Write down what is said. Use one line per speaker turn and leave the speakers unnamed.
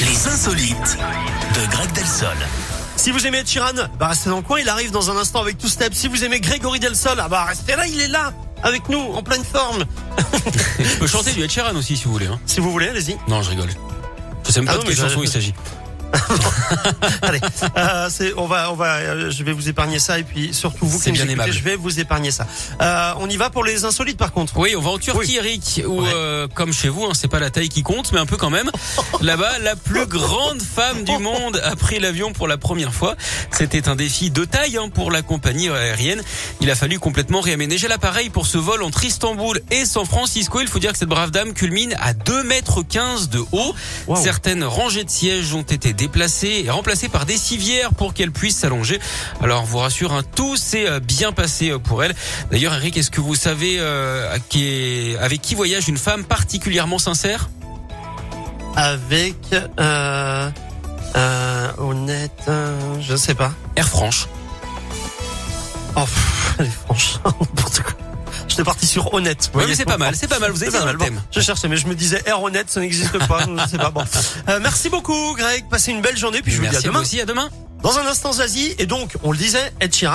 Les insolites de Greg Delsol.
Si vous aimez Ed Sheeran, bah restez dans le coin, il arrive dans un instant avec tout step. Si vous aimez Grégory Delsol, ah bah restez là, il est là, avec nous, en pleine forme.
Je peux chanter du Ed Sheeran aussi si vous voulez. Hein.
Si vous voulez, allez-y.
Non, je rigole. Je sais même
Ah
pas
non,
de
mais
quelle
je-
chanson il s'agit.
Allez, euh, c'est- on va, on va, euh, je vais vous épargner ça et puis surtout vous qui
C'est
nous
bien
écoutez,
aimable.
je vais vous épargner ça. Euh, on y va pour les insolites par contre.
Oui, on va en Turquie, Eric, où,
Ouais.
euh, comme chez vous, hein, c'est pas la taille qui compte, mais un peu quand même. Là-bas, la plus grande femme du monde a pris l'avion pour la première fois. C'était un défi de taille hein, pour la compagnie aérienne. Il a fallu complètement réaménager l'appareil pour ce vol entre Istanbul et San Francisco. Il faut dire que cette brave dame culmine à 2 mètres 15 de haut.
Wow.
Certaines rangées de sièges ont été déplacées et remplacées par des civières pour qu'elle puisse s'allonger. Alors, on vous rassure, hein, tout s'est euh, bien passé euh, pour elle. D'ailleurs, Eric, est-ce que vous savez euh, à qui- avec qui voyage une femme particulièrement sincère
Avec, euh, euh, honnête, euh, je sais pas.
Air France.
Oh, pff, allez, franchement, n'importe quoi. J'étais parti sur honnête.
Oui,
voyez.
mais c'est pas mal, c'est pas mal. Vous
C'est
avez
pas
bien
mal.
le
Bon,
thème.
je cherchais, mais je me disais air honnête, ça n'existe pas. je sais pas. Bon. Euh, merci beaucoup, Greg. Passez une belle journée, puis je vous dis
Merci
à
vous
demain.
aussi, à demain.
Dans un instant, Zazie, et donc, on le disait, Ed Sheeran.